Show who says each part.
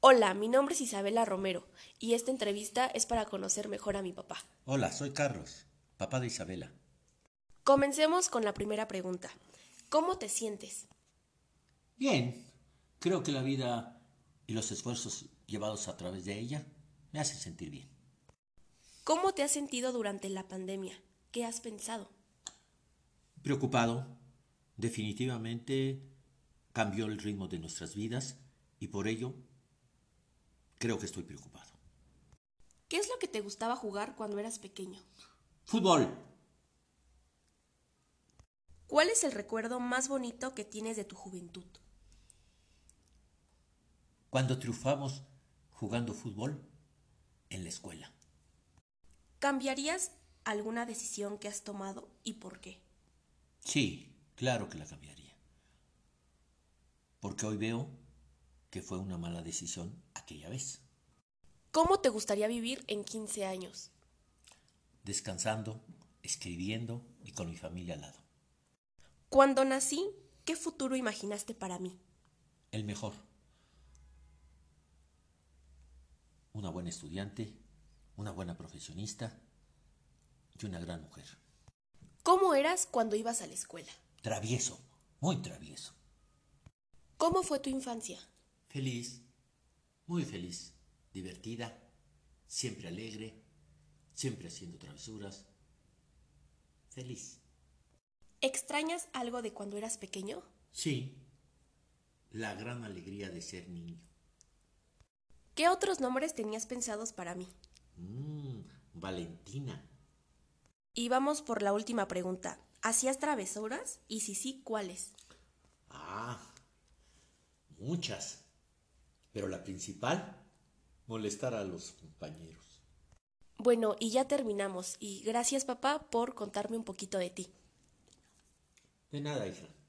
Speaker 1: Hola, mi nombre es Isabela Romero y esta entrevista es para conocer mejor a mi papá.
Speaker 2: Hola, soy Carlos, papá de Isabela.
Speaker 1: Comencemos con la primera pregunta. ¿Cómo te sientes?
Speaker 2: Bien, creo que la vida y los esfuerzos llevados a través de ella me hacen sentir bien.
Speaker 1: ¿Cómo te has sentido durante la pandemia? ¿Qué has pensado?
Speaker 2: Preocupado, definitivamente cambió el ritmo de nuestras vidas y por ello creo que estoy preocupado.
Speaker 1: ¿Qué es lo que te gustaba jugar cuando eras pequeño?
Speaker 2: Fútbol.
Speaker 1: ¿Cuál es el recuerdo más bonito que tienes de tu juventud?
Speaker 2: Cuando triunfamos jugando fútbol en la escuela.
Speaker 1: ¿Cambiarías alguna decisión que has tomado y por qué?
Speaker 2: Sí, claro que la cambiaría. Porque hoy veo que fue una mala decisión aquella vez.
Speaker 1: ¿Cómo te gustaría vivir en 15 años?
Speaker 2: Descansando, escribiendo y con mi familia al lado.
Speaker 1: Cuando nací, ¿qué futuro imaginaste para mí?
Speaker 2: El mejor. Una buena estudiante, una buena profesionista y una gran mujer.
Speaker 1: ¿Cómo eras cuando ibas a la escuela?
Speaker 2: Travieso, muy travieso.
Speaker 1: ¿Cómo fue tu infancia?
Speaker 2: Feliz, muy feliz, divertida, siempre alegre, siempre haciendo travesuras. Feliz.
Speaker 1: ¿Extrañas algo de cuando eras pequeño?
Speaker 2: Sí, la gran alegría de ser niño.
Speaker 1: ¿Qué otros nombres tenías pensados para mí?
Speaker 2: Mm, Valentina.
Speaker 1: Y vamos por la última pregunta. ¿Hacías travesuras? Y si sí, ¿cuáles?
Speaker 2: Ah, muchas. Pero la principal, molestar a los compañeros.
Speaker 1: Bueno, y ya terminamos. Y gracias papá por contarme un poquito de ti.
Speaker 2: De nada, hija.